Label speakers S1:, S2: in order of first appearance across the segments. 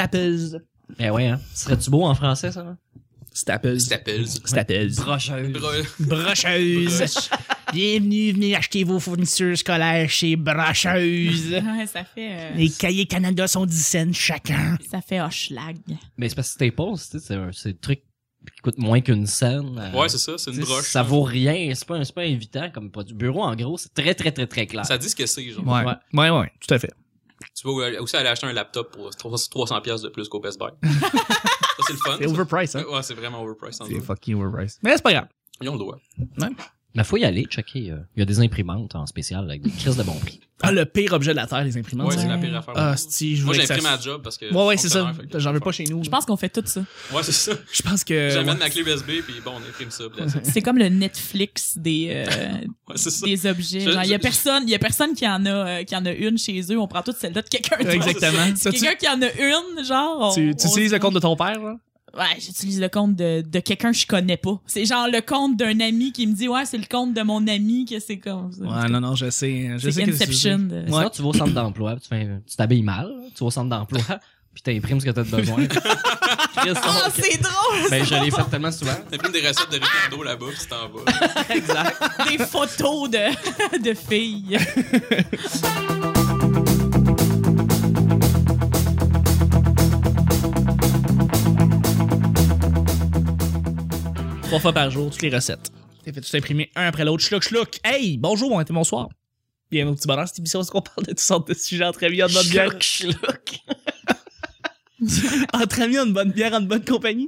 S1: Staples.
S2: Ben ouais, hein. Serais-tu beau en français, ça? hein?
S1: Staples.
S3: Staples.
S1: Staples.
S2: Brocheuse.
S3: Bro-
S1: Brocheuse. Bienvenue, venez acheter vos fournitures scolaires chez Brocheuse.
S4: Ouais, ça fait. euh,
S1: Les cahiers Canada sont 10 cents chacun.
S4: ça fait Hochelag.
S2: Mais Ben, c'est parce que Staples, tu sais, c'est un, c'est un truc qui coûte moins qu'une scène. Euh,
S3: Ouais, c'est ça, c'est
S2: tu
S3: une
S2: sais,
S3: broche.
S2: Ça vaut rien, c'est pas, un- c'est pas invitant comme produit. Bureau, en gros, c'est très, très, très, très clair.
S3: Ça dit ce que c'est, genre.
S2: Ouais.
S1: ouais, ouais, tout à fait.
S3: Tu vas aussi aller acheter un laptop pour 300$ piastres de plus qu'au Best Buy. ça, c'est le fun.
S1: C'est
S3: ça.
S1: overpriced, hein?
S3: Ouais, c'est vraiment overpriced. en
S1: C'est
S3: gros.
S1: fucking overpriced. Mais c'est pas grave.
S3: Ils ont le doigt.
S2: Mais faut y aller, checker. euh, Il y a des imprimantes en spécial avec des crises de bon prix.
S1: Ah, le pire objet de la Terre, les imprimantes.
S3: Ouais,
S1: ça.
S3: c'est la pire affaire.
S1: Ah, si, je
S3: Moi,
S1: voulais que
S3: j'imprime
S1: ça-
S3: ma job parce que.
S1: Ouais, ouais,
S3: je
S1: c'est
S3: suis
S1: ça.
S3: fonctionnaire, fait que-
S1: J'en veux pas chez nous.
S4: Je pense qu'on fait tout ça.
S3: Ouais, c'est ça.
S1: Je pense que.
S3: J'amène ma
S1: ouais.
S3: clé USB, puis bon, on imprime ça. puis là, c'est-
S4: C'est comme le Netflix des, euh,
S3: Ouais, c'est ça.
S4: des objets.
S3: Je-
S4: Genre, il y a
S3: je-
S4: personne, il y a personne qui en a, euh, qui en a une chez eux. On prend toute celle-là de quelqu'un d'autre.
S1: Exactement.
S4: C'est
S1: tu,
S4: quelqu'un qui en a une, genre. on-
S1: tu,
S4: on-
S1: tu utilises le compte de ton père, là?
S4: Ouais, j'utilise le compte de, de quelqu'un que je connais pas. C'est genre le compte d'un ami qui me dit, ouais, c'est le compte de mon ami que c'est comme ça.
S1: Ouais, non, non, je sais. Je
S4: c'est
S1: sais qu'est-ce que tu
S4: Inception.
S1: dis.
S4: de-
S2: Sinon, tu vas au centre d'emploi, puis tu fais- tu t'habilles mal, tu vas au centre d'emploi, puis t'imprimes ce que t'as de besoin. Chris,
S4: Ah,
S2: donc,
S4: c'est drôle!
S2: ben, je l'ai fait tellement souvent.
S3: T'imprimes des recettes de Ricardo là-bas, puis tu t'en vas.
S2: exact.
S4: Des photos de, de filles.
S1: Trois fois par jour, toutes les recettes. T'es fait tout imprimer un après l'autre. Chlouk, chlouk. Hey, bonjour, hein, bon été, bonsoir. Bienvenue au petit bonheur, cette émission, c'est qu'on parle de toutes sortes de sujets entre amis, en bonne bière. entre amis, en bonne bière, en bonne compagnie.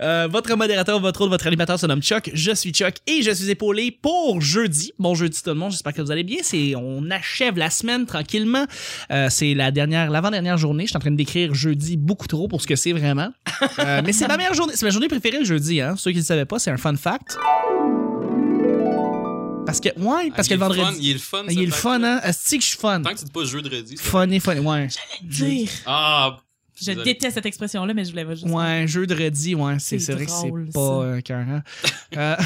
S1: Euh, votre modérateur, votre autre, votre animateur se nomme Chuck. Je suis Chuck et je suis épaulé pour jeudi. Bon jeudi tout le monde, j'espère que vous allez bien. C'est on achève la semaine tranquillement. Euh, c'est la dernière, l'avant-dernière journée. Je suis en train de décrire jeudi beaucoup trop pour ce que c'est vraiment. Euh, mais c'est ma meilleure journée, c'est ma journée préférée le jeudi. Hein. Ceux qui ne le savaient pas, c'est un fun fact. Parce que ouais, parce que le
S3: Ah, Il est
S1: vendredi.
S3: fun, Il est le fun.
S1: Il est
S3: ce
S1: le fun,
S3: fact-là.
S1: hein? Asti que je suis fun.
S3: Tant que tu dis pas jeudi, c'est
S1: Funny, funny, ouais.
S4: Dire.
S3: Ah,
S4: Je
S3: désolé.
S4: déteste cette expression-là, mais je voulais juste.
S1: Ouais, jeu de redis, ouais, c'est
S4: C'est
S1: c'est vrai que
S4: drôle,
S1: c'est
S4: ça.
S1: pas euh, écœurant. Euh,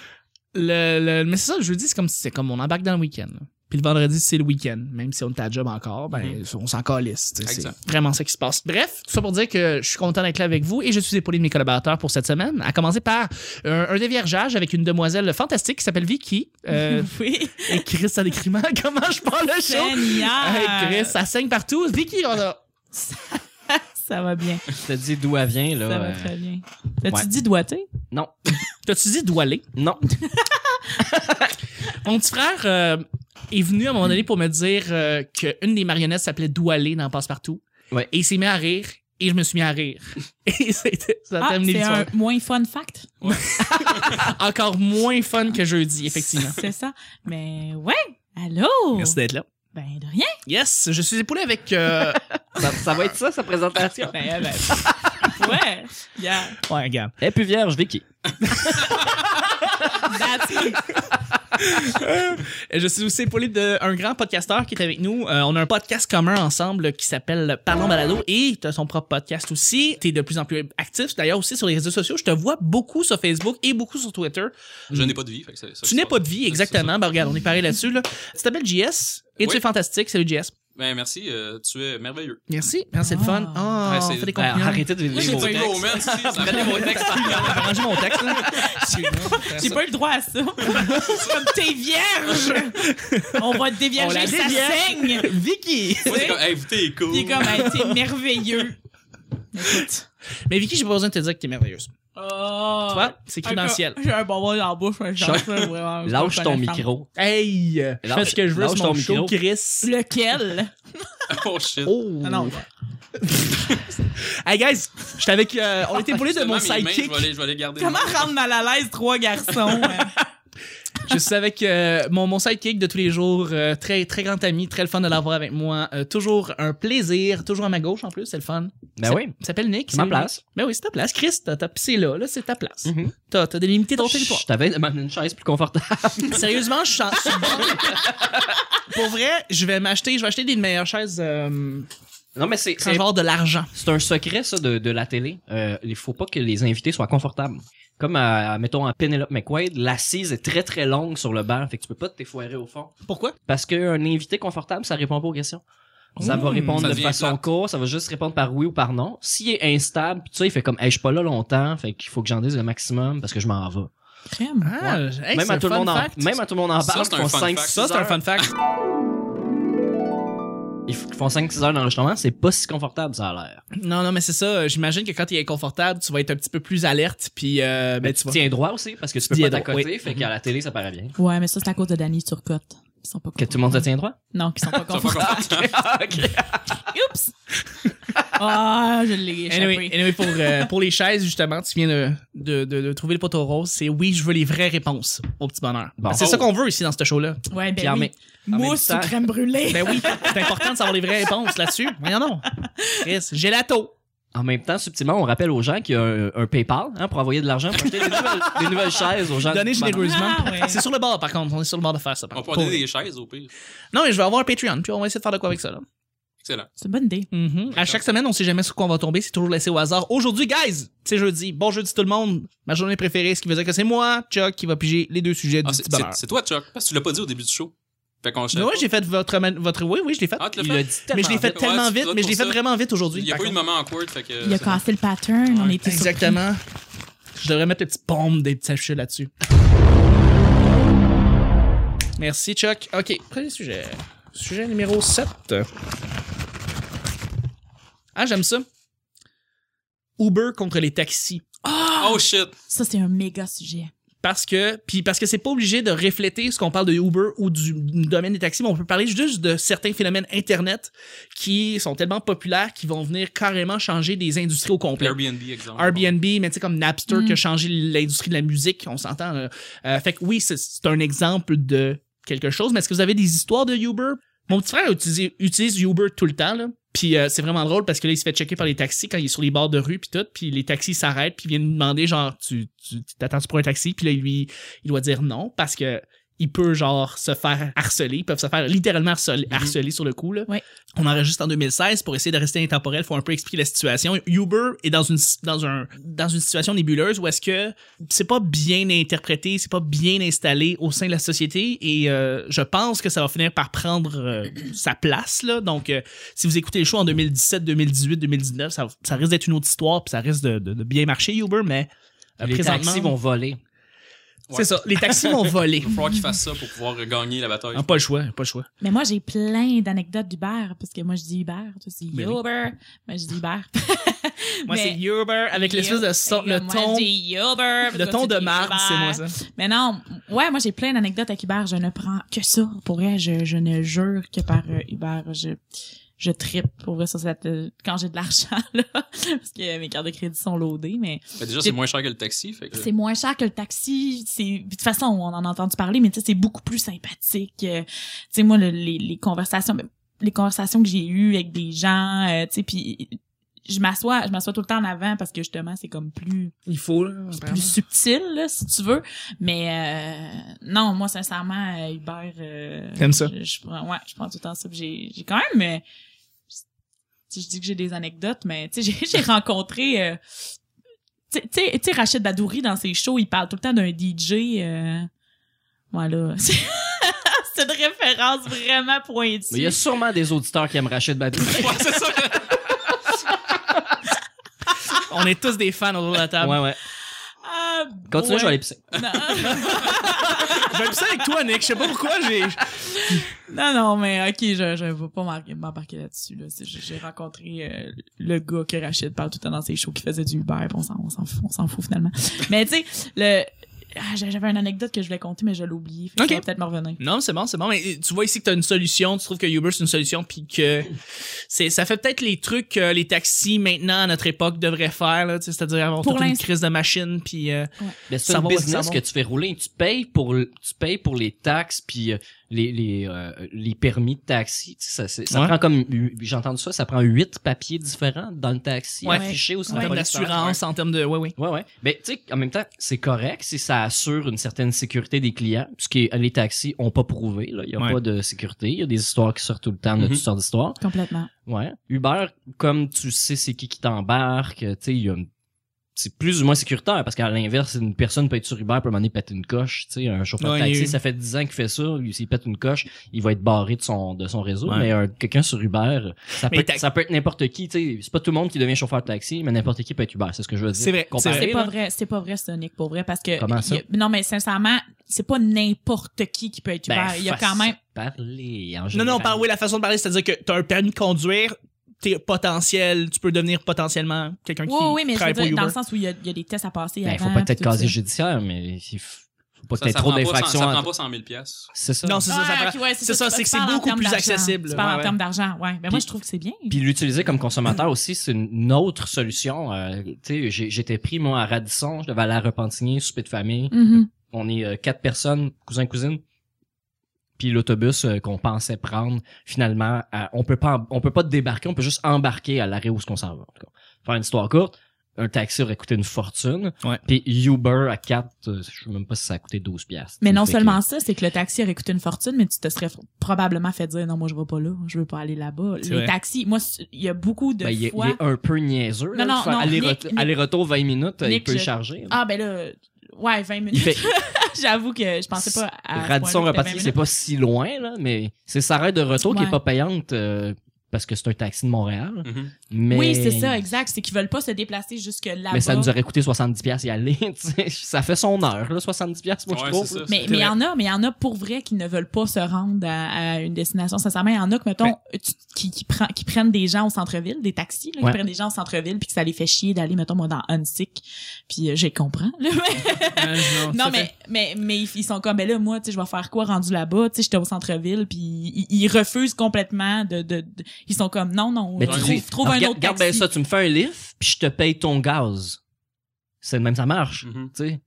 S1: le, le- mais c'est ça, le jeudi, c'est comme, si- c'est comme on embarque dans le week-end. là. Puis le vendredi, c'est le week-end. Même si on est à job encore, ben, on s'en calisse. tu sais,
S3: Mm-hmm. Exact.
S1: C'est vraiment ça qui se passe. Bref, tout ça pour dire que je suis content d'être là avec vous et je suis épaulé de mes collaborateurs pour cette semaine. À commencer par euh, un, un déviergeage avec une demoiselle fantastique qui s'appelle Vicky. Euh,
S4: Oui.
S1: et Chris, ça décrit mal comment je parle le show.
S4: Seigneur.
S1: Hey, Chris, ça saigne partout. Vicky, on a...
S4: Ça va bien.
S2: Je te dis d'où elle vient, là.
S4: ça va
S2: euh,
S4: très bien. T'as-tu
S2: ouais.
S4: dit doigté?
S2: Non,
S1: T'as-tu dit doilé?
S2: non.
S1: Mon petit frère euh, est venu à un moment donné pour me dire euh, qu'une des marionnettes s'appelait Doualé dans Passe-Partout.
S2: Ouais.
S1: Et il s'est mis à rire. Et je me suis mis à rire. Et c'était- ça a
S4: Ah,
S1: terminé
S4: c'est
S1: l'histoire.
S4: un moins fun fact.
S1: Encore moins fun que jeudi, effectivement.
S4: C'est ça. Mais ouais. Allô?
S1: Merci d'être là.
S4: Ben, de rien.
S1: Yes, je suis épaulé avec... euh,
S2: Ça, ça va être ça, sa
S1: Ah,
S2: présentation.
S4: Ben, euh, ben, ouais. Yeah.
S1: Ouais, regarde.
S2: Et puis Eh, vierge, Vicky.
S4: That's it.
S1: Euh, Je suis aussi épaulé d'un grand podcasteur qui est avec nous. Euh, on a un podcast commun ensemble qui s'appelle Parlons Balado et tu as son propre podcast aussi. Tu es de plus en plus actif d'ailleurs aussi sur les réseaux sociaux. Je te vois beaucoup sur Facebook et beaucoup sur Twitter.
S3: je n'ai pas de vie. Fait que c'est ça
S1: Mm. Tu
S3: qui
S1: n'es
S3: se
S1: pas
S3: passe.
S1: de vie,
S3: C'est
S1: exactement. Ben, regarde, on est pareil là-dessus. Là. Tu t'appelles JS et tu
S3: Oui.
S1: es fantastique. Salut JS.
S3: Ben, merci, euh, tu es merveilleux.
S1: Merci. c'est le
S4: Ah.
S1: fun. Ah,
S3: Ouais,
S1: on
S3: c'est-
S1: fait des
S2: Ben,
S1: compliments.
S2: arrêtez de
S3: J'ai
S2: lire
S3: dit
S2: vos
S3: go,
S2: textes.
S3: man, si, ça prenait mon texte par cœur.
S1: J'ai arrangé mon texte. là.
S4: J'ai pas eu le droit à ça. Comme t'es vierge. On va te
S1: On la
S4: dévierger, ça
S1: dévierge.
S4: saigne.
S1: Vicky!
S3: Moi, c'est comme, hey, vous, t'es cool.
S4: Il est comme, hey, t'es merveilleux. Écoute.
S1: Mais Vicky, j'ai pas besoin de te dire que t'es merveilleuse.
S4: Oh.
S1: Toi, Ah, c'est écrit dans le ciel.
S4: J'ai un bonbon dans la bouche, mais j'en
S2: Choc.
S4: fais vraiment.
S2: Lâche
S4: je
S2: ton
S4: connais pas.
S2: micro.
S1: Hey! euh, Je fais
S2: Lâche-
S1: ce que je veux,
S2: lâche
S1: c'est
S2: ton
S1: mon show,
S2: micro.
S1: Chris.
S4: Lequel?
S3: Oh shit.
S1: Oh!
S4: Ah non.
S1: Hey guys, j'étais avec. euh, on était épaulé de mon
S3: Finalement, mes mains,
S1: sidekick.
S3: Je vais aller, je vais aller garder.
S4: Comment
S3: mes mains.
S4: rendre mal à l'aise trois garçons? euh?
S1: Je suis avec euh, mon, mon sidekick de tous les jours, euh, très très grand ami, très le fun de l'avoir avec moi. Euh, toujours un plaisir, toujours à ma gauche en plus, c'est le fun.
S2: Ben
S1: Ça-
S2: oui.
S1: Il s'appelle Nick.
S2: C'est ma
S1: lui.
S2: place.
S1: Ben oui, c'est ta place. Chris, t'as t'as pissé là, là c'est ta place.
S2: Mhm.
S1: T'as t'as délimité ton territoire.
S2: Je t'avais demandé une chaise plus confortable.
S1: Sérieusement, je suis en- sur le banc. Pour vrai, je vais m'acheter, je vais acheter des meilleures chaises euh,
S2: Non, mais c'est
S1: quand je vais avoir de l'argent.
S2: C'est un secret, ça, de, de la télé. Euh, il faut pas que les invités soient confortables. Comme, à, à, mettons, à Penelope McQuaid, l'assise est très, très longue sur le banc. Fait que tu peux pas t'effoirer au fond.
S1: Pourquoi?
S2: Parce qu'un invité confortable, ça répond pas aux questions. Ça va
S1: Mmh.
S2: répondre
S3: Ça
S2: de
S3: devient
S2: façon
S3: plate.
S2: courte, ça va juste répondre par oui ou par non. S'il est instable, tu sais, il fait comme, hey, je suis pas là longtemps, fait qu'il faut que j'en dise le maximum parce que je m'en vais.
S4: Crème.
S1: Ah, hey,
S2: même,
S1: c'est
S2: à
S1: un
S2: tout le
S1: fun
S2: monde en,
S1: fact.
S2: même à tout le monde en
S3: Ça,
S2: parle,
S3: c'est un
S2: ils font
S3: fun
S2: 5
S3: fact.
S1: Ça, c'est un fun fact.
S2: Ils f- font 5-6 heures d'enregistrement, c'est pas si confortable, ça a l'air.
S1: Non, non, mais c'est ça. euh, J'imagine que quand t'es inconfortable, tu vas être un petit peu plus alerte, puis euh, ben, tu vas...
S2: tiens droit Mhm. aussi, parce que tu peux
S1: tiens
S2: pas
S1: droit,
S2: t'accoter,
S1: oui.
S2: fait qu'à la télé, ça paraît bien.
S4: Ouais, mais ça, c'est à cause de Danny Turcotte. Ils sont pas
S2: Que tout le monde se
S4: confortables.
S2: tient droit?
S4: Non, qui sont pas
S3: Ça va
S4: confortables.
S3: pas confortable.
S4: Oups! Ah, je l'ai échappé.
S1: Anyway, anyway, pour, euh, pour les chaises, justement, tu viens de, de, de- de trouver le poteau rose, c'est oui, je veux les vraies réponses au petit bonheur.
S2: Bon.
S1: Parce que C'est ça
S3: Oh.
S1: qu'on veut ici dans ce show-là.
S4: Ouais, ben
S2: Pierre,
S4: oui.
S2: mais- en même
S4: Mousse
S2: temps-
S4: ou crème brûlée.
S1: Ben oui, c'est important de savoir les vraies réponses là-dessus. Voyons non. Chris, gelato.
S2: En même temps, subtilement, on rappelle aux gens qu'il y a un, un PayPal hein, pour envoyer de l'argent, pour acheter des nouvelles, des nouvelles chaises aux gens.
S1: Donnez
S2: Bah, non.
S1: généreusement.
S4: Ah, ouais.
S1: C'est sur le bord, par contre. On est sur le bord de faire ça. par
S3: On peut
S1: contre.
S3: donner des chaises au pire.
S1: Non, mais je vais avoir un Patreon, puis on va essayer de faire de quoi avec ça. Là.
S3: Excellent.
S4: C'est une bonne idée.
S1: Mhm. À chaque semaine, on sait jamais sur quoi on va tomber. C'est toujours laissé au hasard. Aujourd'hui, guys, c'est jeudi. Bon jeudi tout le monde. Ma journée préférée, ce qui veut dire que c'est moi, Chuck, qui va piger les deux sujets du
S3: Ah, c'est-
S1: petit
S3: c'est
S1: bonheur.
S3: c'est toi, Chuck, parce que tu l'as pas dit au début du show. Fait qu'on
S1: Mais ouais, j'ai fait votre, man- votre... Oui, oui, je l'ai fait.
S3: Ah, tu
S2: Il
S3: l'as
S2: l'a
S3: fait?
S2: dit
S1: mais
S2: tellement
S1: je l'ai fait
S2: vite.
S3: vite.
S1: tellement
S3: Ouais, c'est
S1: vite,
S3: pour
S1: mais je l'ai fait
S3: ça.
S1: vraiment vite aujourd'hui.
S3: Il n'y a
S1: par
S3: pas eu de
S1: contre.
S3: moment awkward, fait que...
S4: Il a
S3: ça-
S4: cassé le pattern, on
S3: Ouais.
S4: était surpris.
S1: Euh, Exactement. Je devrais mettre le petit pompe des petits sachets là-dessus. Merci, Chuck. OK, premier sujet. Sujet numéro 7. Ah, j'aime ça. Uber contre les taxis.
S3: Oh shit!
S4: Ça, c'est un méga sujet.
S1: parce que puis parce que c'est pas obligé de refléter ce qu'on parle de Uber ou du, du domaine des taxis, mais on peut parler juste de certains phénomènes internet qui sont tellement populaires qu'ils vont venir carrément changer des industries au complet.
S3: Airbnb, exemple.
S1: Airbnb, mais tu sais, comme Napster
S4: Mm.
S1: qui a changé l'industrie de la musique, on s'entend. là. Euh, fait que oui, c'est- c'est un exemple de quelque chose, mais est-ce que vous avez des histoires de Uber? Mon petit frère utilise, utilise Uber tout le temps, là. Puis euh, c'est vraiment drôle parce que là, il se fait checker par les taxis quand il est sur les bords de rue, puis tout. Puis les taxis s'arrêtent, puis ils viennent lui demander, genre, tu tu- tu t'attends-tu pour un taxi? Puis là, lui, il doit dire non parce que il peut, genre, se faire harceler. Ils peuvent se faire littéralement harceler,
S2: Mhm.
S1: harceler sur le coup, là.
S4: Ouais.
S1: On enregistre en 2016 pour essayer de rester intemporel. Faut un peu expliquer la situation. Uber est dans une, dans un, dans une situation nébuleuse où est-ce que c'est pas bien interprété, c'est pas bien installé au sein de la société et euh, je pense que ça va finir par prendre euh, sa place, là. Donc, euh, si vous écoutez le show en 2017, 2018, 2019, ça, ça risque d'être une autre histoire puis ça risque de, de- de bien marcher, Uber, mais euh,
S2: Les
S1: présentement.
S2: taxis vont voler.
S1: C'est ça. Les taxis vont voler.
S3: Il va falloir qu'ils fassent ça pour pouvoir gagner la bataille.
S1: Ah, pas le choix, pas le choix.
S4: Mais moi, j'ai plein d'anecdotes d'Hubert, parce que moi, je dis Hubert. Toi, c'est
S1: Mais
S4: Uber.
S1: Ben oui.
S4: Moi, je dis Hubert.
S1: Moi,
S4: Mais-
S1: c'est Uber avec l'espèce de son- le
S4: Moi,
S1: ton.
S4: je dis Uber.
S1: Le
S4: Toi,
S1: ton
S4: tu
S1: de
S4: dis
S1: marbre, c'est moi
S4: Hubert.
S1: ça.
S4: Mais non, ouais, moi, j'ai plein d'anecdotes avec Hubert. Je ne prends que ça. Pour vrai, je, je ne jure que par euh, Hubert. Je, je trippe. Pour vrai, ça, c'est quand j'ai de l'argent, là. Parce que mes cartes de crédit sont loadées, mais
S3: Mais déjà, c'est moins cher que le taxi. Fait que...
S4: c'est moins cher que le taxi. C'est puis de toute façon, on en a entendu parler, mais tu sais, c'est beaucoup plus sympathique. Euh, tu sais, moi, le- les, les conversations, ben, les conversations que j'ai eues avec des gens, euh, tu sais, puis je m'assois, je m'assois tout le temps en avant parce que justement, c'est comme plus
S1: Il faut, là.
S4: plus subtil, là, si tu veux. Mais euh, non, moi, sincèrement, euh, Hubert, euh,
S1: T'aimes ça?
S4: Je, je prends- ouais, je prends tout le temps ça. puis J'ai, j'ai quand même, euh, tu sais, je dis que j'ai des anecdotes, mais tu sais, j'ai, j'ai rencontré. euh, tu sais- tu sais, tu sais, Rachid Badouri, dans ses shows, il parle tout le temps d'un DJ. euh, voilà. C'est c'est une référence vraiment pointue.
S2: Mais il y a sûrement des auditeurs qui aiment Rachid Babi.
S3: Ouais, c'est ça.
S1: On est tous des fans autour de la table.
S2: ouais, ouais.
S4: Ah,
S2: Continue,
S4: ouais.
S2: je vais aller pisser.
S4: Non.
S1: Je vais pisser Ben, avec toi, Nick. Je sais pas pourquoi j'ai.
S4: Non, non, mais ok, je je vais pas m'en- m'embarquer là-dessus. Là. C'est- J'ai j'ai rencontré euh, le gars que Rachid parle tout le temps dans ses shows qui faisait du Uber. puis On s'en on s'en fout, on s'en fout finalement. mais tu sais, le... ah, j'a- j'avais une anecdote que je voulais conter, mais je l'ai oublié. Fait que
S1: Ok.
S4: ça va peut-être me revenir.
S1: Non, c'est bon, c'est bon. Mais tu vois ici que t'as une solution. Tu trouves que Uber, c'est une solution. Puis que c'est, ça fait peut-être les trucs que les taxis, maintenant, à notre époque, devraient faire. Là, tu sais, c'est-à-dire avoir
S4: Pour
S1: toute une
S4: l'instant.
S1: crise de machine. Puis euh,
S2: Ben, c'est
S1: Ça
S2: un
S1: va, ouais, ça
S2: business
S1: va.
S2: que tu fais rouler. Tu payes pour, le- tu payes pour les taxes puis euh, les, les, euh, les permis de taxi. Tu sais, ça c'est- ça
S1: Ouais.
S2: prend comme, hu- j'ai entendu ça, ça prend huit papiers différents dans le taxi,
S1: Ouais.
S2: affichés aussi.
S1: en
S4: Ouais.
S1: termes d'assurance, en termes de. Ouais, ouais.
S2: Ouais, ouais. Ben, tu sais, en même temps, c'est correct si ça assure une certaine sécurité des clients, ce que les taxis ont pas prouvé. là. Il y a
S1: Ouais. Mm-hmm.
S2: pas de sécurité. Il y a des histoires qui sortent tout le temps, de
S3: Mhm.
S2: toutes sortes d'histoires.
S4: Complètement.
S2: Ouais. Uber, comme tu sais c'est qui qui t'embarque, euh, tu sais, il y a une- c'est plus ou moins sécuritaire parce qu'à l'inverse, une personne peut être sur Uber, peut demander péter une coche. Tu sais, un chauffeur
S1: Ouais,
S2: de
S1: il y a
S2: taxi,
S1: eu-
S2: ça fait 10 ans qu'il fait ça. Lui, s'il pète une coche, il va être barré de son, de son réseau.
S1: Ouais.
S2: Mais euh, quelqu'un sur Uber, ça peut,
S1: Mais
S2: être,
S1: t'as-
S2: ça peut être n'importe qui. Tu sais, c'est pas tout le monde qui devient chauffeur de taxi, mais n'importe qui peut être Uber. C'est ce que je veux dire.
S1: C'est vrai, c'est
S2: Comparé,
S1: vrai.
S4: C'est pas
S2: là.
S4: vrai, c'est pas vrai, ça, Nick, pour vrai, parce que.
S2: Ben Comment ça?
S4: il y a- non, mais sincèrement, c'est pas n'importe qui qui peut être
S2: Ben,
S4: Uber. il y a
S2: façon
S4: quand même.
S2: de Parler, en
S1: Non, non,
S2: général.
S1: par oui, la façon de parler, c'est-à-dire que t'as un permis de conduire, t'es potentiel, tu peux devenir potentiellement quelqu'un qui
S4: Oui, oui, mais je veux
S1: travaille pour
S4: dire,
S1: Uber.
S4: dans le sens où il y a, il y a des tests à passer.
S2: Ben,
S4: avant,
S2: faut pas être
S4: puis tout
S2: casier
S4: ça.
S2: judiciaire, mais il f- faut pas
S3: Ça,
S2: que t'aies
S3: ça
S2: trop
S3: prend pas cent-
S2: d'infractions.
S3: Ça
S2: en-
S3: prend pas 100 000 piastres.
S2: C'est ça.
S1: Non, c'est ça, ça
S4: Ah,
S1: prend-
S4: ok, ouais,
S1: c'est ça,
S4: tu
S1: c'est que c'est
S4: parles en
S1: beaucoup
S4: termes
S1: plus
S4: d'argent.
S1: accessible,
S4: Tu parles
S1: ouais,
S4: en
S1: ouais.
S4: termes d'argent, ouais. Mais moi,
S2: Puis-
S4: je trouve que c'est bien.
S2: Puis l'utiliser comme consommateur aussi, c'est une autre solution. Euh, tu sais, j'ai- j'étais pris, moi, à Radisson, je devais aller à Repentigny, souper de famille.
S4: Mhm.
S2: On est euh, quatre personnes, cousins, cousines. Puis l'autobus euh, qu'on pensait prendre, finalement, à- on peut pas, on peut pas débarquer, on peut juste embarquer à l'arrêt où ce qu'on s'en va. en tout cas. Faire une histoire courte, un taxi aurait coûté une fortune.
S1: Ouais.
S2: Puis Uber à quatre, euh, je sais même pas si ça a coûté 12 piastres.
S4: Mais non
S2: Fait que-
S4: seulement ça, c'est que le taxi aurait coûté une fortune, mais tu te serais f- probablement fait dire non, moi je vais pas là, je veux pas aller là-bas.
S1: C'est
S4: Les
S1: vrai.
S4: taxis, moi c- il y a beaucoup de
S2: Ben, il, est,
S4: fois.
S2: il est un peu niaiseux. là,
S4: Non,
S2: de
S4: non,
S2: faire
S4: non,
S2: aller-retour-
S4: Nick-
S2: Aller-retour 20 minutes, euh, il
S4: Nick,
S2: peut le
S4: je-
S2: charger.
S4: Ah ben là, ouais, 20
S2: il
S4: minutes.
S2: fait
S4: J'avoue que je pensais pas Ah, à.
S2: Radisson reparti, c'est pas si loin là, mais c'est sa règle de retour qui est
S4: Ouais.
S2: pas payante euh, parce que c'est un taxi de Montréal.
S3: Mhm.
S2: Mais
S4: Oui, c'est ça, exact. C'est qu'ils veulent pas se déplacer jusque là-bas.
S2: Mais ça nous aurait coûté 70$ y aller. tu sais. ça fait son heure, là, 70$, moi,
S3: Ouais,
S2: je
S3: c'est
S2: trouve.
S3: ça,
S4: Mais
S3: c'est
S4: mais il y
S3: vrai.
S4: en a, mais il y en a pour vrai qui ne veulent pas se rendre à, à une destination. Sincèrement, il y en a que mettons tu- qui qui, prend- qui prennent des gens au centre-ville, des taxis, là,
S2: Ben- Ouais.
S4: qui prennent des gens au centre-ville puis que ça les fait chier d'aller mettons moi dans Hunsick. Puis euh, je les comprends. là, mais-
S1: Euh, non, tout à
S4: non
S1: fait.
S4: mais mais mais ils ils sont comme ben là moi tu sais je vais faire quoi rendu là-bas, tu sais j'étais au centre-ville puis ils, ils refusent complètement de, de, de- ils sont comme non non,
S2: Mais
S4: euh,
S2: tu
S4: trouve,
S2: dis,
S4: trouve un
S2: regarde-
S4: autre
S2: Regarde
S4: taxi.
S2: bien ça, tu me fais un lift, puis je te paye ton gaz. C'est de même, ça marche.
S3: Mhm.
S2: tu sais.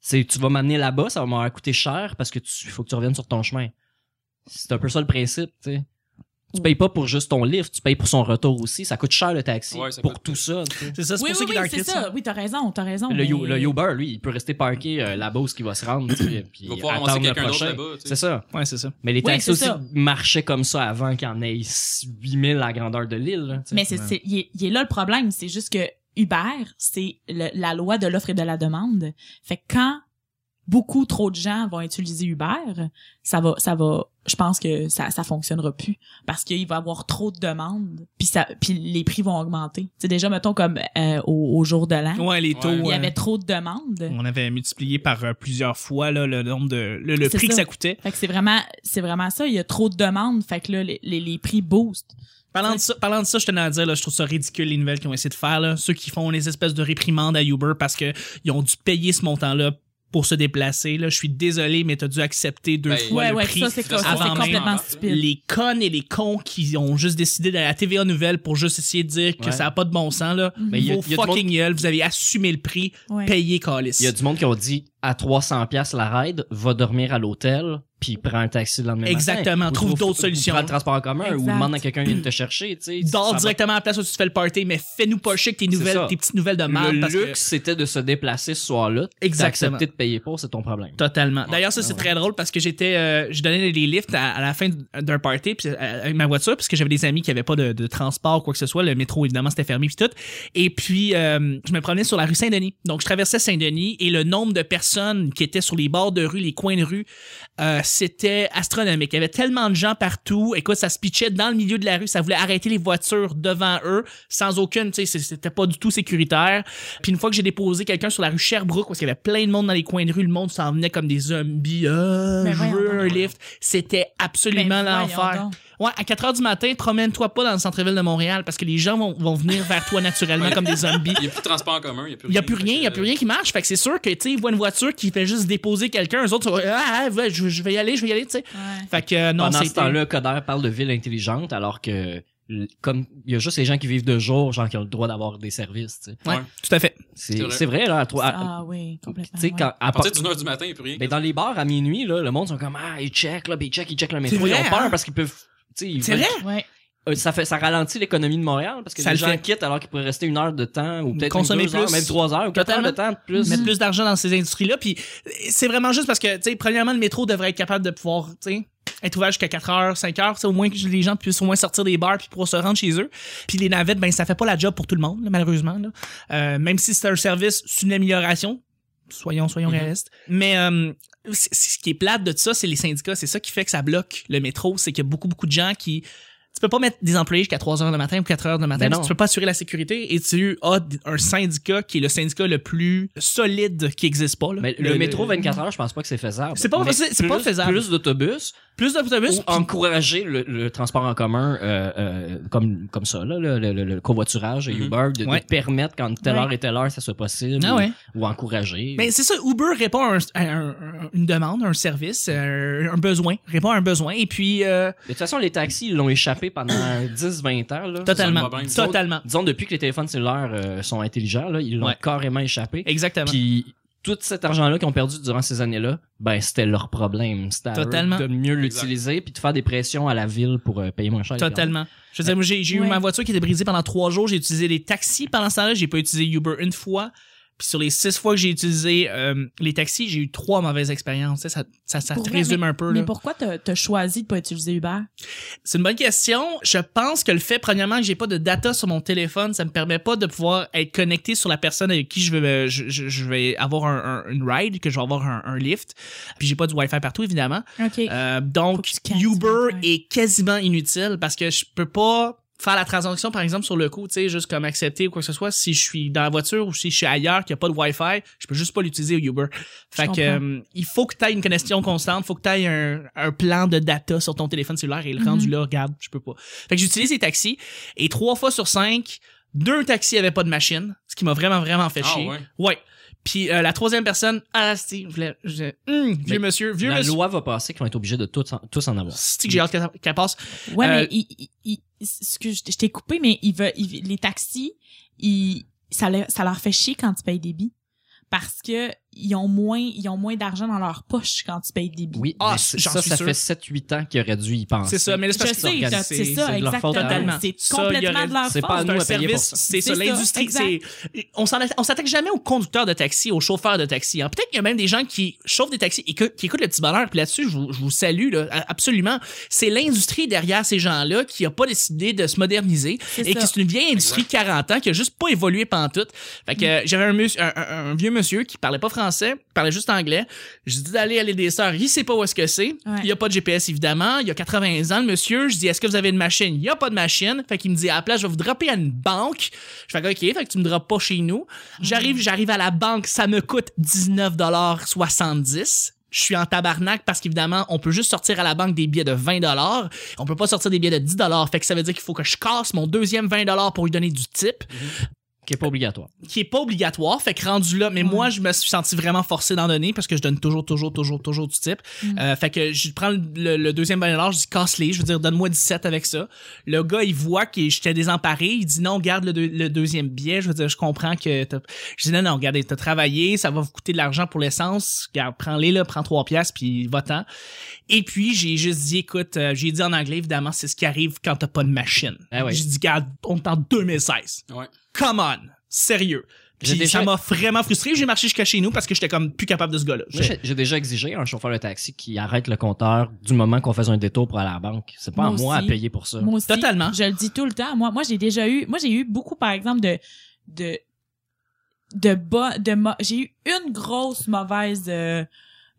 S2: C'est, tu vas m'amener là-bas, ça va m'avoir coûté cher parce que tu, faut que tu reviennes sur ton chemin. C'est un peu ça le principe, tu sais.
S4: Mm.
S2: Tu payes pas pour juste ton lift, tu payes pour son retour aussi. Ça coûte cher le taxi
S3: Ouais, ça
S2: pour
S3: coûte-
S2: tout ça. tu sais.
S1: C'est ça, c'est
S4: Oui
S1: pour ça
S4: oui
S1: qu'il
S4: oui,
S1: est en
S4: c'est
S1: crise.
S4: ça. Oui, t'as raison, t'as raison.
S2: Le, Yo-
S4: mais-
S2: le Uber, lui, il peut rester parqué euh, là-bas où il va se rendre, tu sais, puis
S3: Il va pouvoir
S2: attendre
S3: avancer
S2: le
S3: quelqu'un d'autre
S2: prochain.
S3: là-bas. tu sais.
S2: C'est ça.
S1: Ouais, c'est ça.
S2: Mais les
S4: Oui,
S2: taxis
S4: c'est
S2: aussi
S4: ça.
S2: marchaient comme ça avant qu'il y en ait 8000 à la grandeur de l'île. là, tu sais.
S4: Mais c'est,
S1: Ouais.
S4: c'est- il, est, il est là le problème, c'est juste que Uber, c'est le- la loi de l'offre et de la demande. Fait que quand beaucoup trop de gens vont utiliser Uber, ça va, ça va, je pense que ça, ça fonctionnera plus parce qu'il va y avoir trop de demandes, puis ça, puis les prix vont augmenter. Tu sais déjà mettons comme euh, au, au jour de l'an,
S1: Ouais, les taux.
S3: Ouais.
S4: il y
S1: euh,
S4: avait trop de demandes.
S1: On avait multiplié par euh, plusieurs fois là, le nombre de le, le
S4: C'est
S1: prix que
S4: ça.
S1: ça coûtait.
S4: Fait que c'est vraiment, c'est vraiment ça. Il y a trop de demandes, fait que là les, les, les prix boostent.
S1: Parlant de ça, parlant de ça, je tenais à dire là, je trouve ça ridicule les nouvelles qu'ils ont essayé de faire là. ceux qui font les espèces de réprimandes à Uber parce que ils ont dû payer ce montant-là pour se déplacer là. Je suis désolé, mais t'as dû accepter deux
S3: Ben,
S1: fois
S4: Ouais
S1: le
S4: ouais,
S1: prix.
S4: ça c'est,
S3: de
S4: ça, c'est
S1: avant même.
S4: complètement stupide.
S1: les connes et les cons qui ont juste décidé d'aller à TVA Nouvelle pour juste essayer de dire que
S2: Ouais.
S1: ça n'a pas de bon sens, là.
S4: Mhm.
S2: Mais il y a-
S1: Vos
S2: il y a du
S1: fucking gueule, vous avez assumé le prix,
S4: Ouais.
S1: payez Calis.
S2: Il y a du monde qui ont dit à 300 pièces la ride, va dormir à l'hôtel, puis prends un taxi le lendemain matin.
S1: Exactement,
S2: Ou
S1: trouve
S2: trouve-
S1: d'autres
S2: ou
S1: solutions.
S2: Prends le transport en commun ou
S4: Exact.
S2: demande à quelqu'un de te chercher, tu sais. Ça
S1: Dors
S2: va-
S1: directement à la place où tu te fais le party, mais fais-nous pas chier que tes
S2: C'est
S1: nouvelles,
S2: ça.
S1: tes petites nouvelles de mal.
S2: Le
S1: parce que-
S2: luxe, c'était de se déplacer ce soir-là.
S1: Exactement.
S2: D'accepter de payer pour, c'est ton problème.
S1: Totalement. D'ailleurs, ça,
S2: Ah
S1: c'est
S2: ouais.
S1: très drôle parce que j'étais, euh, je donnais des lifts à, à la fin d'un party puis, euh, avec ma voiture parce que j'avais des amis qui avaient pas de, de transport ou quoi que ce soit. Le métro, évidemment, c'était fermé puis tout. Et puis, euh, je me promenais sur la rue Saint-Denis. Donc, je traversais Saint-Denis et le nombre de personnes qui étaient sur les bords de rue, les coins de rue, euh, c'était astronomique. Il y avait tellement de gens partout. Écoute, ça se pitchait dans le milieu de la rue. Ça voulait arrêter les voitures devant eux sans aucune, tu sais, c'était pas du tout sécuritaire. Puis une fois que j'ai déposé quelqu'un sur la rue Sherbrooke, parce qu'il y avait plein de monde dans les coins de rue, le monde s'en venait comme des zombies. Ah,
S4: Mais
S1: je
S4: Ben voyons
S1: veux un
S4: donc.
S1: lift. C'était absolument
S4: Ben, voyons
S1: l'enfer.
S4: donc.
S1: Ouais, à 4 heures du matin, promène-toi pas dans le centre-ville de Montréal parce que les gens vont, vont venir vers toi naturellement comme des zombies.
S3: Il n'y a plus de transport en commun. Il
S1: Il y a plus rien, il y a plus rien qui marche. Fait que c'est sûr que, tu sais, ils voient une voiture qui fait juste déposer quelqu'un, eux autres, ils sont, ah, ah, ouais, je, je vais y aller, je vais y aller, tu sais.
S4: Ouais.
S1: Fait que, euh, non,
S2: Pendant ce
S1: c'était-
S2: temps-là, Coder parle de ville intelligente, alors que l- comme il y a juste les gens qui vivent de jour, genre qui ont le droit d'avoir des services. tu sais.
S1: Ouais, tout à fait.
S2: C'est
S3: C'est vrai.
S2: c'est vrai. là. à trois- à-
S4: Ah oui, complètement.
S2: tu sais,
S4: ouais.
S2: quand- à
S3: À partir
S2: part-
S3: d'une heure du matin, il n'y a plus rien.
S1: Ben,
S2: Mais Ben, dans les bars à minuit, là, le monde sont comme ah ils check là, puis ils check, ils check le métro,
S1: C'est vrai,
S2: ils ont peur
S1: hein?
S2: parce qu'ils peuvent. tu sais, ils
S1: C'est
S2: veulent-
S1: vrai?
S4: Ouais.
S2: Euh, ça fait ça ralentit l'économie de Montréal parce que
S1: Ça
S2: les
S1: le
S2: gens
S1: fait.
S2: quittent alors qu'ils pourraient rester une heure de temps ou peut-être
S1: Consommer
S2: même deux heures,
S1: plus.
S2: même trois heures ou quatre heures
S1: Totalement.
S2: de temps de plus.
S1: mettre plus d'argent dans ces industries-là. Puis euh, c'est vraiment juste parce que, tu sais, premièrement, le métro devrait être capable de pouvoir, tu sais, être ouvert jusqu'à 4 heures, 5 heures, tu sais, au moins que les gens puissent au moins sortir des bars puis pouvoir se rendre chez eux. Puis les navettes, ben ça fait pas la job pour tout le monde, là, malheureusement. là. Euh, même si c'est un service, c'est une amélioration. Soyons, soyons
S3: Mhm.
S1: réalistes. Mais euh, c'est- c'est- ce qui est plate de tout ça, c'est les syndicats. C'est ça qui fait que ça bloque le métro. C'est qu'il y a beaucoup, beaucoup de gens qui... Tu peux pas mettre des employés jusqu'à 3 heures le matin ou 4 heures le matin.
S2: Ben
S1: parce
S2: non.
S1: que tu peux pas assurer la sécurité. Et tu as d- un syndicat qui est le syndicat le plus solide qui existe pas. là.
S2: Mais le, métro 24 heures, je pense pas que c'est faisable.
S1: C'est pas-
S2: Mais
S1: c'est- c'est pas
S2: plus-
S1: faisable.
S2: Plus d'autobus,
S1: Plus d'autobus.
S2: ou encourager le, le transport en commun euh, euh, comme comme ça là, le, le- le- le covoiturage et
S3: Mhm.
S2: Uber de, de
S1: Mm-hmm. Ouais.
S2: permettre quand telle
S4: Ouais.
S2: heure et telle heure ça soit possible
S1: Ah
S2: ou-
S1: ouais.
S2: ou, encourager
S1: Ben, c'est ça, Uber répond à, un- à un- à une demande, à un service, à un, un besoin, répond à un besoin, et puis euh,
S2: de toute façon les taxis ils l'ont échappé pendant 10-20 ans là.
S1: totalement,
S3: problème.
S1: totalement,
S2: disons depuis que les téléphones cellulaires euh, sont intelligents là, ils l'ont
S1: Ouais.
S2: carrément échappé
S1: exactement.
S2: puis tout cet argent là qu'ils ont perdu durant ces années là ben c'était leur problème c'était à eux
S1: Totalement.
S2: de mieux
S3: Exact.
S2: l'utiliser puis de faire des pressions à la ville pour euh, payer moins cher
S1: Totalement. Je veux dire, moi, j'ai j'ai eu
S4: Ouais.
S1: ma voiture qui était brisée pendant trois jours, j'ai utilisé les taxis pendant ce temps-là, j'ai pas utilisé Uber une fois. Puis sur les six fois que j'ai utilisé euh, les taxis, j'ai eu trois mauvaises expériences. Ça, ça, ça, ça
S4: Pour
S1: te
S4: vrai,
S1: résume un peu.
S4: Mais
S1: là.
S4: pourquoi t'as t'as choisi de pas utiliser Uber?
S1: C'est une bonne question. Je pense que le fait, premièrement, que j'ai pas de data sur mon téléphone, ça me permet pas de pouvoir être connecté sur la personne avec qui je vais, euh, je, je- je vais avoir un, un- une ride, que je vais avoir un, un lift. Puis j'ai pas du Wi-Fi partout, évidemment.
S4: OK.
S1: Euh,
S4: Faut
S1: donc,
S4: que tu casses,
S1: Uber
S4: ouais.
S1: est quasiment inutile parce que je peux pas faire la transaction, par exemple, sur le coup, tu sais, juste comme accepter ou quoi que ce soit. Si je suis dans la voiture ou si je suis ailleurs, qu'il n'y a pas de Wi-Fi, je peux juste pas l'utiliser au Uber. Fait que,
S4: comprends.
S1: euh, il faut que tu aies une connexion constante, faut que tu aies un, un plan de data sur ton téléphone cellulaire et le
S4: Mhm.
S1: rendu là, regarde, je peux pas. Fait que j'utilise les taxis et trois fois sur cinq, deux taxis avaient pas de machine, ce qui m'a vraiment, vraiment fait
S3: Ah
S1: chier.
S3: ouais.
S1: Ouais. Puis euh, la troisième personne, ah, si, je voulais, je- hum, vieux
S2: Mais
S1: monsieur, vieux
S2: la
S1: monsieur.
S2: loi va passer qu'ils vont être obligés de tous en, tous en avoir
S1: C'est que j'ai hâte qu'elle qu'elle passe.
S2: Ah,
S4: Ouais,
S1: Euh,
S4: mais il, il- il- excuse, je t'ai- je t'ai coupé, mais il veut, il- les taxis, ils, ça, leur- ça leur fait chier quand tu payes des billes. Parce que ils ont moins, ils ont moins d'argent dans leur poche quand tu payes des billes.
S2: Oui,
S1: Ah,
S2: mais c'est-
S1: j'en
S2: ça,
S1: suis
S2: ça
S1: sûr.
S2: fait 7-8 ans qu'ils auraient dû y penser.
S1: C'est ça, mais là, c'est
S4: Je
S1: parce que
S4: sais,
S2: organisé,
S4: c'est ça,
S2: c'est de leur faute à
S4: exactement.
S1: eux.
S4: C'est
S1: Ça, il y
S4: complètement
S1: aurait-
S4: de leur
S2: c'est
S4: faute.
S2: pas à
S1: c'est
S2: nous
S1: un
S2: à payer
S1: service,
S2: pour ça.
S1: c'est ça,
S4: C'est ça,
S1: l'industrie.
S4: exact.
S1: c'est- On s'en atta- on s'attaque jamais aux conducteurs de taxi, aux chauffeurs de taxi. hein. Peut-être qu'il y a même des gens qui chauffent des taxis et que- qui écoutent le petit bonheur. Puis là-dessus, je vous, je vous salue, là, a- absolument. C'est l'industrie derrière ces gens-là qui a pas décidé de se moderniser
S4: C'est
S1: et
S4: ça.
S1: qui c'est une vieille industrie de 40 ans qui a juste pas évolué pantoute. Fait que
S4: Mm.
S1: euh, j'avais un, mus- un, un- un vieux monsieur qui parlait pas français, parlait juste anglais. Je dis d'aller à des sœurs, il sait pas où est-ce que c'est.
S4: Ouais.
S1: Il y a pas de GPS évidemment, il y a 80 ans le monsieur, je dis est-ce que vous avez une machine Il y a pas de machine. Fait qu'il me dit à la place je vais vous dropper à une banque. Je fais OK, fait que tu me droppes pas chez nous. J'arrive, j'arrive à la banque, ça me coûte 19,70 je suis en tabarnak parce qu'évidemment, on peut juste sortir à la banque des billets de 20 dollars. On peut pas sortir des billets de 10 dollars. Fait que ça veut dire qu'il faut que je casse mon deuxième 20 dollars pour lui donner du type,
S2: Qui est pas obligatoire.
S1: qui est pas obligatoire. Fait que rendu là, mais
S4: Ouais.
S1: moi, je me suis senti vraiment forcé d'en donner parce que je donne toujours, toujours, toujours, toujours du type.
S4: Mm.
S1: Euh, fait que je prends le, le- le deuxième 20 dollars, je dis casse-les. Je veux dire, donne-moi 17 avec ça. Le gars, il voit que j'étais désemparé. Il dit non, garde le, deux- le deuxième billet. Je veux dire, je comprends que t'as- je dis non, non, regardez, t'as travaillé, ça va vous coûter de l'argent pour l'essence. Garde, prends-les là, prends trois piastres, puis va-t'en. Et puis, j'ai juste dit, écoute, euh, j'ai dit en anglais, évidemment, c'est ce qui arrive quand t'as pas de machine.
S2: Ah ouais.
S1: J'ai dit, garde, on est en 2016.
S3: Ouais.
S1: Come on, sérieux. Puis
S2: J'ai déjà-
S1: ça m'a vraiment frustré. J'ai marché jusqu'à chez nous parce que j'étais comme plus capable de ce gars-là.
S2: Moi, j'ai j'ai déjà exigé à un chauffeur de taxi qui arrête le compteur du moment qu'on faisait un détour pour aller à la banque. C'est pas
S4: Moi
S2: à moi
S4: aussi.
S2: à payer pour ça.
S4: Moi aussi,
S1: Totalement.
S4: Je le dis tout le temps. Moi, moi j'ai déjà eu, moi, j'ai eu beaucoup, par exemple, de, de, de bas, de, mo- j'ai eu une grosse mauvaise, euh,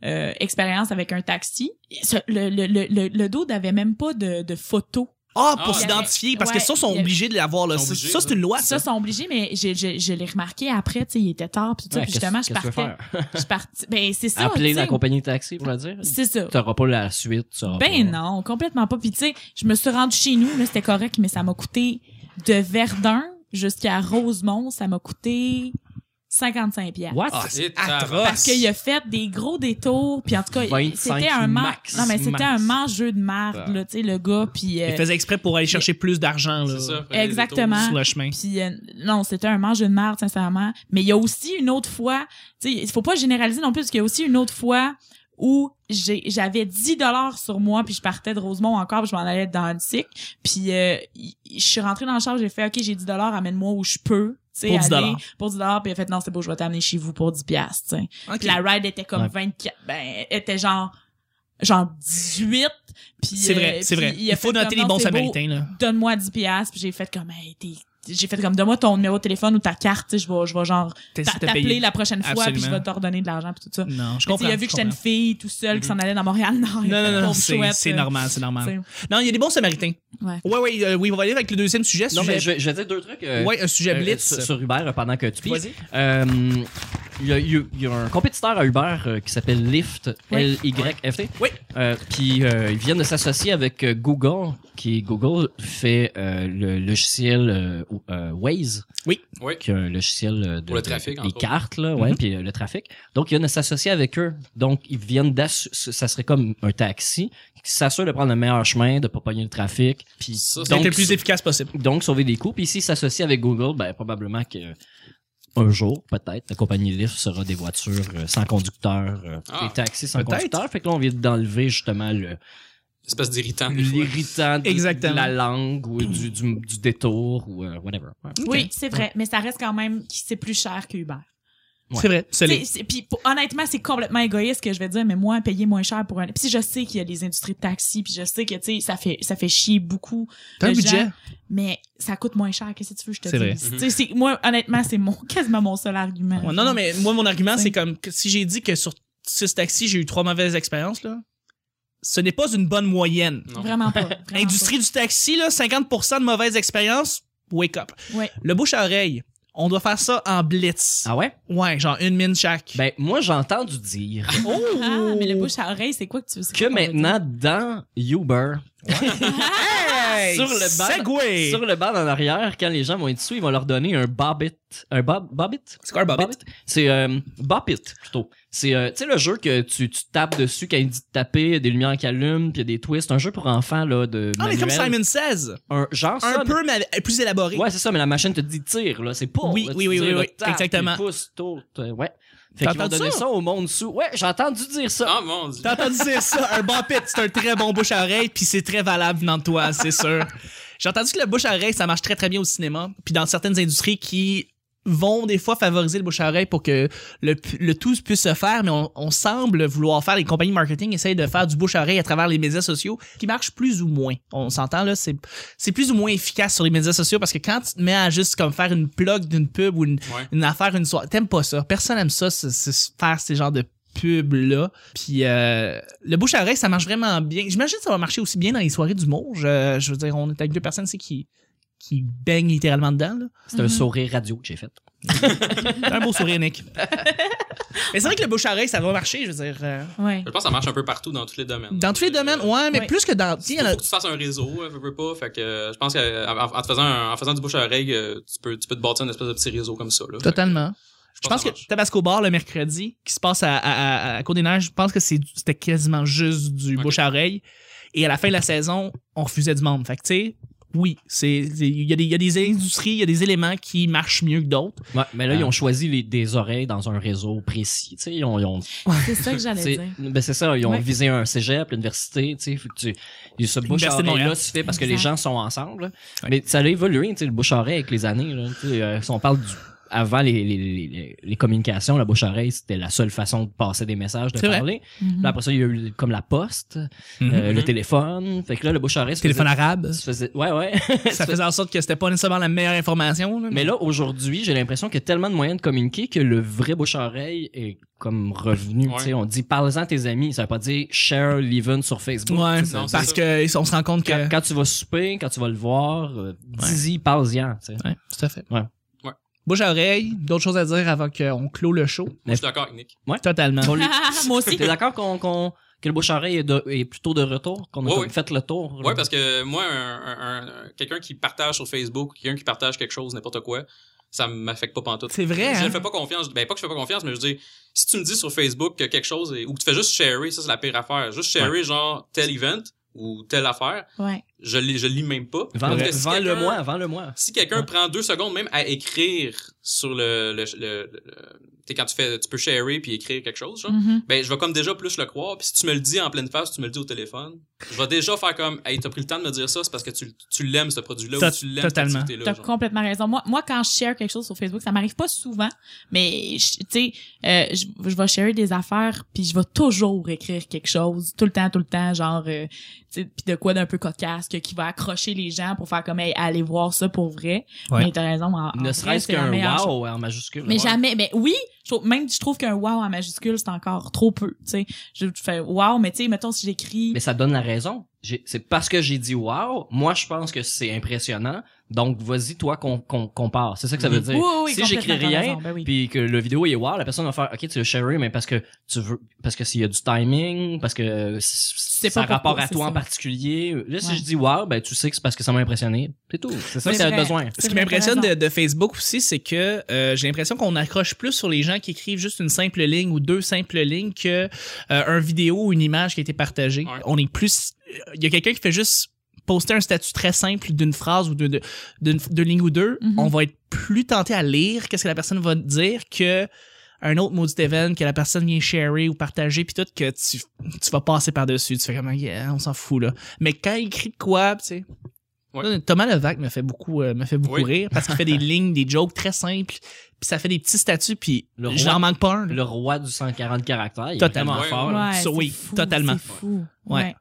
S4: euh, expérience avec un taxi. Ce- le, le, le, le, le dos n'avait même pas de, de photos.
S1: Ah, pour
S3: Ah,
S1: s'identifier, parce
S4: ouais,
S1: que ça, ils sont
S4: il y a-
S1: obligés de l'avoir. Là.
S3: Ils sont
S1: Ça,
S3: obligés,
S1: ça, c'est une loi. Ça,
S4: Ça, sont obligés, mais je, je, je l'ai remarqué après, tu sais, il était tard, puis tout ça,
S2: Ouais,
S4: puis
S2: qu'est-ce-
S4: justement, je
S2: qu'est-ce que tu veux
S4: partais,
S2: faire?
S4: je partais, ben, c'est ça,
S2: Appeler
S4: tu sais.
S2: la compagnie de taxi pour la dire.
S4: c'est ça.
S2: T'auras pas la suite. tu sauras
S4: Ben
S2: pas.
S4: non, complètement pas. Puis tu sais, je me suis rendue chez nous, là, c'était correct, mais ça m'a coûté de Verdun jusqu'à Rosemont, ça m'a coûté 55 pièces.
S2: What?
S1: Ah, c'est
S3: Et
S1: atroce.
S3: tabarnak.
S4: Parce qu'il a fait des gros détours, puis en tout cas,
S2: 25
S4: c'était un man-
S2: max,
S4: non mais c'était
S2: max.
S4: un mangeux de merde,
S2: Ouais.
S4: là, tu sais, le gars, puis euh,
S1: Il faisait exprès pour aller chercher plus d'argent là,
S3: C'est ça. prenez des
S4: Exactement.
S1: sur le chemin.
S4: puis euh, non, c'était un mangeux de merde, sincèrement. Mais il y a aussi une autre fois, tu sais, il faut pas généraliser non plus, parce qu'il y a aussi une autre fois où j'ai- j'avais 10 dollars sur moi, puis je partais de Rosemont encore, puis je m'en allais dans le cycle. Puis euh, y- y- je suis rentrée dans le char, j'ai fait « OK, j'ai 10 dollars, amène-moi où je peux. » tu sais,
S1: Pour 10
S4: aller Pour 10 dollars, puis il a fait « Non, c'est beau, je vais t'amener chez vous pour 10 piastres. »
S1: Ok.
S4: Puis la ride était comme
S2: Ouais.
S4: 24, ben, était genre genre 18 puis
S1: C'est vrai,
S4: euh,
S1: c'est
S4: puis
S1: vrai.
S4: il, a
S1: Il faut
S4: fait
S1: noter
S4: comme,
S1: les
S4: Non,
S1: bons
S4: c'est beau,
S1: samaritains, là.
S4: donne-moi 10 piastres. puis j'ai fait comme hey, t'es- j'ai fait comme donne-moi ton numéro de téléphone ou ta carte tu sais, je vais je vais genre
S1: T'essaies
S4: t'a-
S1: de te payer.
S4: t'appeler la prochaine fois puis je
S1: Absolument.
S4: vais te redonner de l'argent puis tout ça
S1: Non, je
S4: Mais tu sais,
S1: comprends.
S4: il a vu
S1: je
S4: que j'étais une
S1: comprends. Mm-hmm.
S4: fille tout seule qui s'en allait dans Montréal non
S1: Non, non, non,
S4: pauvre
S1: c'est
S4: chouette,
S1: c'est
S4: euh,
S1: normal, c'est
S4: tu
S1: normal.
S4: sais.
S1: Non, il y a des bons samaritains.
S4: Ouais.
S1: Ouais, ouais, euh, oui, on va aller avec le deuxième sujet.
S2: Non,
S1: sujet-
S2: mais je, vais- je vais dire deux trucs. euh,
S1: Ouais, un sujet
S2: euh,
S1: blitz.
S2: sur, sur Uber euh, pendant que tu pises.
S1: Vas-y.
S2: Euh, Il y, a- il y a- il y a un compétiteur à Uber euh, qui s'appelle Lyft,
S4: Oui.
S2: L-Y-F-T.
S1: Oui.
S2: Euh, Puis euh, ils viennent de s'associer avec euh, Google, qui Google fait euh, le logiciel euh, ou- euh, Waze.
S1: Oui.
S3: Oui.
S2: Qui est un logiciel euh, de,
S3: Pour le
S2: de-
S3: trafic, entre
S2: des
S3: autres.
S2: cartes, là, ouais,
S1: Mhm.
S2: puis euh, le trafic. Donc ils viennent de s'associer avec eux. Donc ils viennent d'assu- ça serait comme un taxi qui s'assure de prendre le meilleur chemin, de pas pogner le trafic. Puis
S3: Ça, c'est
S1: Donc,
S2: donc,
S1: le plus efficace possible.
S2: donc sauver des coûts. Puis s'il s'associe avec Google, ben probablement que euh, un jour, peut-être, la compagnie Lyft sera des voitures euh, sans conducteur, euh,
S3: Ah,
S2: des taxis sans
S1: peut-être.
S2: conducteur. Fait que là, on vient d'enlever justement le
S3: Espèce d'irritant. des fois.
S2: l'irritant de,
S1: Exactement.
S2: de la langue ou du, du, du détour ou euh, whatever. Ouais.
S4: oui c'est vrai mais ça reste quand même que c'est plus cher que Uber
S2: Ouais.
S1: C'est vrai, c'est
S4: C'est- c'est- Puis pour- honnêtement, c'est complètement égoïste que je vais dire, mais moi, payer moins cher pour un. Puis je sais qu'il y a les industries de taxi, puis je sais que tu sais, ça fait ça fait chier beaucoup.
S1: T'as un
S4: de
S1: budget.
S4: gens, mais ça coûte moins cher. Qu'est-ce que tu veux que je te
S1: C'est vrai.
S4: dise Tu sais, c'est- moi, honnêtement, c'est mon quasiment mon seul argument.
S1: Ouais, non, non, mais moi, mon argument,
S4: C'est-
S1: c'est comme que si j'ai dit que sur ce taxi, j'ai eu trois mauvaises expériences, là, ce n'est pas une bonne moyenne.
S3: Non.
S4: Vraiment pas. vraiment
S1: L'industrie du taxi, là, 50% de mauvaises expériences, wake up.
S4: pas. Ouais.
S1: Le bouche à oreille, on doit faire ça en blitz.
S2: Ah ouais?
S1: Ouais, genre une mine chaque.
S2: Ben moi j'ai entendu dire
S1: oh!
S4: Ah, mais le bouche à oreille, c'est quoi que tu veux
S2: que maintenant dans Uber,
S4: Ah!
S1: Hey,
S2: sur le ban-
S1: Segway.
S2: sur le banc en arrière, quand les gens vont être sous, ils vont leur donner un bobbit. Un bob, bobbit?
S1: C'est quoi un bobbit?
S2: Bobbit? C'est euh, Boppit, plutôt. C'est euh, tu sais le jeu que tu, tu tapes dessus quand il dit de taper, il y a des lumières qui allument, puis il y a des twists, un jeu pour enfants là de
S1: Ah, mais comme
S2: manuel.
S1: Simon Says.
S2: un genre
S1: Un
S2: ça,
S1: peu, mais plus élaboré.
S2: Ouais, c'est ça, mais la machine te dit tire, là. C'est pas.
S1: Oui,
S2: là, tu
S1: oui, oui,
S2: tires,
S1: oui,
S2: là,
S1: oui,
S2: tac,
S1: exactement.
S2: Tu pousses, tourne, euh, ouais. Fait
S1: T'as
S2: qu'ils vont
S1: entendu
S2: donner
S1: ça?
S2: ça au monde sous. Ouais, j'ai entendu dire ça.
S3: Ah mon dieu.
S1: T'as entendu dire ça? Un bon pit, c'est un très bon bouche à oreille, puis c'est très valable venant de toi, c'est sûr. J'ai entendu que le bouche à oreille, ça marche très très bien au cinéma, puis dans certaines industries qui vont des fois favoriser le bouche à oreille pour que le, pu- le tout puisse se faire, mais on, on semble vouloir faire, les compagnies marketing essayent de faire du bouche à oreille à travers les médias sociaux, qui marche plus ou moins. On s'entend là, c'est c'est plus ou moins efficace sur les médias sociaux parce que quand tu te mets à juste comme faire une plug d'une pub ou une,
S3: Ouais.
S1: une affaire, une soirée. T'aimes pas ça. Personne aime ça, se- se- faire ces genres de pubs-là. Puis euh, le bouche à oreille, ça marche vraiment bien. J'imagine que ça va marcher aussi bien dans les soirées d'humour. Je, je veux dire, on est avec deux personnes c'est qui qui baignent littéralement dedans. là.
S2: C'est un sourire radio que j'ai fait.
S1: T'as un beau sourire, Nick. mais c'est vrai que le bouche à oreille, ça va marcher, je veux dire. euh,
S4: Ouais.
S3: Je pense que ça marche un peu partout dans tous les domaines.
S1: dans tous les domaines, ouais, mais
S4: Ouais.
S1: plus que dans... tiens,
S3: Il
S1: là-
S3: faut que tu fasses un réseau, euh, veux, veux pas. Fait que euh, je pense qu'en en, en te faisant un- en faisant du bouche à oreille, euh, tu peux, tu peux te bâtir une espèce de petit réseau comme ça. Là. Fait que,
S1: Totalement. Je pense que
S3: ça marche.
S1: Tabasco Bar, le mercredi, qui se passe à, à, à, à Côte-des-Neiges, je pense que c'est du- c'était quasiment juste du
S3: Ok.
S1: bouche à oreille. Et à la fin de la saison, on refusait du monde. Fait que, tu sais, oui, c'est- c'est- il y, a des- il y a des industries, il y a des éléments qui marchent mieux que d'autres.
S2: Ouais, mais là,
S1: Ah.
S2: ils ont choisi les, des oreilles dans un réseau précis. Tu sais, ils ont. Ils ont
S4: C'est ça que j'allais
S2: c'est-
S4: dire.
S2: ben c'est ça, ils ont
S4: Ouais.
S2: visé un cégep, l'université, tu sais, faut que tu, ils se bouche à
S1: Université de Montréal.
S2: oreille-là, se fait parce que les
S4: Exact.
S2: gens sont ensemble. là.
S1: Ouais.
S2: Mais ça a évolué, tu sais, le bouche à oreille avec les années, là, tu sais, euh, si on parle du, avant les, les, les- les, les communications, la bouche à oreille, c'était la seule façon de passer des messages, de
S1: C'est vrai.
S2: parler.
S4: Mhm.
S2: Là, après ça, il y a eu comme la poste,
S1: Euh,
S2: euh, le
S3: Mhm.
S2: téléphone. Fait que là, le bouche à oreille se
S1: Téléphone
S2: faisait-
S1: arabe,
S2: se faisait- Ouais, ouais.
S1: ça faisait en sorte que c'était pas nécessairement la meilleure information. là.
S2: Mais là, aujourd'hui, j'ai l'impression qu'il y a tellement de moyens de communiquer que le vrai bouche-oreille est comme revenu.
S3: Ouais.
S2: Tu sais, On dit parle-en à tes amis. Ça veut pas dire share l'even sur Facebook.
S1: ouais,
S2: Tu sais,
S3: non,
S2: ça-
S3: c'est
S1: parce
S3: ça.
S1: que on se rend compte que...
S2: quand, quand tu vas souper, quand tu vas le voir, euh, dis-y, parle-en. tu sais.
S1: Ouais, tout à fait.
S2: Ouais.
S3: Ouais.
S1: Bouche à oreille, d'autres choses à dire avant qu'on clôt le show?
S3: Je suis d'accord avec Nick.
S1: Totalement.
S2: Qu'on les-
S4: Ah, moi aussi.
S2: T'es d'accord qu'on, qu'on- que le bouche-oreille est, de- est plutôt de retour, qu'on a
S3: Ouais,
S2: comme
S3: ouais.
S2: fait le tour? là?
S3: Ouais, parce que moi, un, un- un- quelqu'un qui partage sur Facebook, quelqu'un qui partage quelque chose, n'importe quoi, ça m'affecte pas pantoute.
S1: C'est vrai,
S3: Je
S1: hein?
S3: ne fais pas confiance. Ben, pas que je fais pas confiance, mais je dis, si tu me dis sur Facebook que quelque chose, est- ou que tu fais juste sharer, ça, c'est la pire affaire. Juste sharer, genre, tel event, ou telle affaire,
S4: Ouais.
S3: je l'ai- je lis même pas.
S2: Vends-
S3: Parce que si
S2: Vends-le
S3: quelqu'un-
S2: moi, vends-le moi.
S3: Si quelqu'un
S2: Ouais.
S3: prend deux secondes même à écrire sur le, le, le- le- le- tu sais, quand tu fais, tu peux sharer puis écrire quelque chose, genre,
S4: Mhm.
S3: ben je vais comme déjà plus le croire. Puis si tu me le dis en pleine face, tu me le dis au téléphone, je vais déjà faire comme, hey, t'as pris le temps de me dire ça, c'est parce que tu, tu l'aimes ce produit-là
S1: To-
S3: ou tu l'aimes cette
S1: totalement.
S3: activité-là.
S4: T'as
S3: genre.
S4: complètement raison. Moi, moi, quand je share quelque chose sur Facebook, ça m'arrive pas souvent, mais je- tu sais, euh, je, je vais share des affaires, puis je vais toujours écrire quelque chose, tout le temps, tout le temps, genre, euh, tu sais, puis de quoi d'un peu cocasse, que- qui va accrocher les gens pour faire comme, hey, allez voir ça pour vrai.
S1: Ouais.
S4: Mais t'as raison. En, en
S2: Ne
S4: vrai,
S2: serait-ce
S4: Ah, c'est la
S2: qu'un
S4: meilleure chose.
S2: wow en majuscule. Ouais.
S4: Mais jamais, mais oui, je trouve, même je trouve qu'un wow en majuscule, c'est encore trop peu, tu sais. Je je fais wow, mais tu sais, mettons si j'écris.
S2: Mais ça donne la raison. J'ai- C'est parce que j'ai dit wow, moi je pense que c'est impressionnant, donc vas-y toi qu'on qu'on compare. C'est ça que ça veut
S3: Mhm.
S2: dire.
S4: Oui, oui, oui,
S2: si j'écris
S4: complètement, t'as
S2: rien,
S4: raison, ben oui.
S2: puis que le vidéo est wow, la personne va faire OK, tu le sharer mais parce que tu veux parce que s'il y a du timing, parce que c-
S4: sais
S2: ça a
S4: pas pourquoi,
S2: rapport à
S4: c'est
S2: toi en
S4: ça.
S2: particulier. Là si
S4: Ouais.
S2: je dis wow, ben tu sais que c'est parce que ça m'a impressionné. C'est tout. C'est ça
S4: C'est
S2: que t'as
S4: vrai.
S2: besoin.
S1: Ce qui
S4: C'est vrai,
S1: m'impressionne
S4: t'as
S1: de, de Facebook aussi, c'est que euh, j'ai l'impression qu'on accroche plus sur les gens qui écrivent juste une simple ligne ou deux simples lignes que euh, un vidéo ou une image qui a été partagée.
S3: Ouais.
S1: On est plus. euh, Il y a quelqu'un qui fait juste poster un statut très simple d'une phrase ou de- de- d'une d'une ligne ou deux.
S4: Mhm.
S1: On va être plus tenté à lire qu'est-ce que la personne va dire que un autre maudit event que la personne vient sharer ou partager puis tout que tu, tu vas passer par-dessus. Tu fais comme Yeah, on s'en fout là. Mais quand il écrit de quoi, tu sais.
S3: Ouais.
S1: Thomas Levac me fait beaucoup euh, me fait beaucoup
S3: Oui.
S1: rire parce qu'il fait des lignes, des jokes très simples, puis ça fait des petits statuts puis
S2: Le roi-
S1: j'en manque pas un. là.
S2: Le roi du 140 caractères, il
S1: Totalement.
S2: est vraiment fort.
S3: Ouais,
S2: là.
S4: Ouais,
S1: Ça,
S4: c'est
S1: oui,
S4: fou,
S1: totalement.
S4: C'est fou.
S1: Ouais.
S4: Ouais.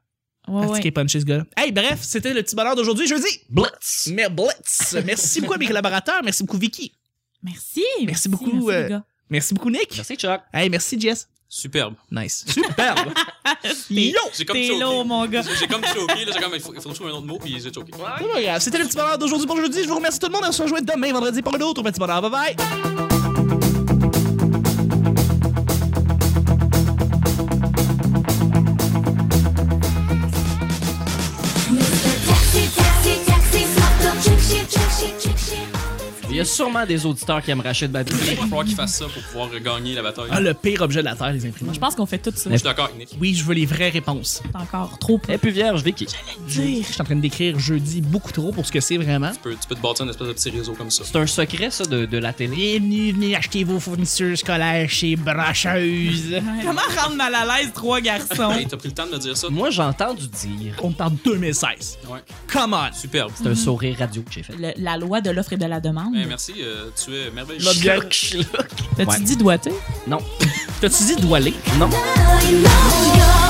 S1: Ah,
S4: Ouais,
S1: c'est
S4: ouais.
S1: qu'il est punché, ce gars-là. Hey, bref, c'était le petit bonheur d'aujourd'hui, jeudi.
S2: Blitz.
S1: Mais Blitz. Merci beaucoup à mes collaborateurs. Merci beaucoup, Vicky.
S4: Merci.
S1: Merci beaucoup,
S4: Merci,
S1: euh,
S4: les gars.
S1: Merci beaucoup, Nick.
S2: Merci Chuck.
S1: Hey, merci, Jess.
S3: Superbe.
S1: Nice. Superbe. Yo!
S3: J'ai comme
S4: T'es
S3: choqué.
S4: lourd, mon gars.
S3: J'ai comme choqué, là, j'ai comme, il faut, il faut que je trouve un autre mot, puis j'ai choqué.
S1: C'est pas grave. C'était le petit bonheur d'aujourd'hui pour jeudi. Je vous remercie tout le monde. On se rejoint demain, vendredi, pour un autre petit bonheur. Bye bye.
S5: Taxi, taxi, taxi, flop, top, check shit, check shit, check shit.
S2: Il y a sûrement des auditeurs qui aiment racheter de batterie.
S3: Il va falloir qu'il fasse ça pour pouvoir gagner la bataille.
S1: Ah, le pire objet de la Terre, les
S4: Moi,
S1: imprimantes.
S4: je pense qu'on fait tout ça.
S3: Je suis d'accord avec Nick.
S1: Oui, je veux les vraies réponses.
S4: C'est encore trop peu.
S2: Et puis vierge Vicky.
S1: Je suis en train de décrire jeudi beaucoup trop pour ce que c'est vraiment.
S3: Tu peux, tu peux te bâtir une espèce de petit réseau comme ça.
S2: C'est un secret ça de, de la télé.
S1: Bienvenue, venez acheter vos fournitures scolaires chez Bracheuse.
S4: Comment rendre mal à l'aise trois garçons?
S3: Hey, t'as pris le temps de me dire ça?
S2: Moi j'ai entendu dire.
S1: On parle 2016.
S3: Ouais.
S1: Come on.
S3: Superbe.
S2: C'est un sourire radio que j'ai fait.
S4: Le- la loi de l'offre et de la demande.
S3: Ben, merci, euh, tu es merveilleux.
S1: Notre bière.
S4: T'as-tu
S2: Ouais.
S4: dit doigté?
S2: Non.
S1: T'as-tu dit voilé?
S2: Non.
S5: Oh, you know you're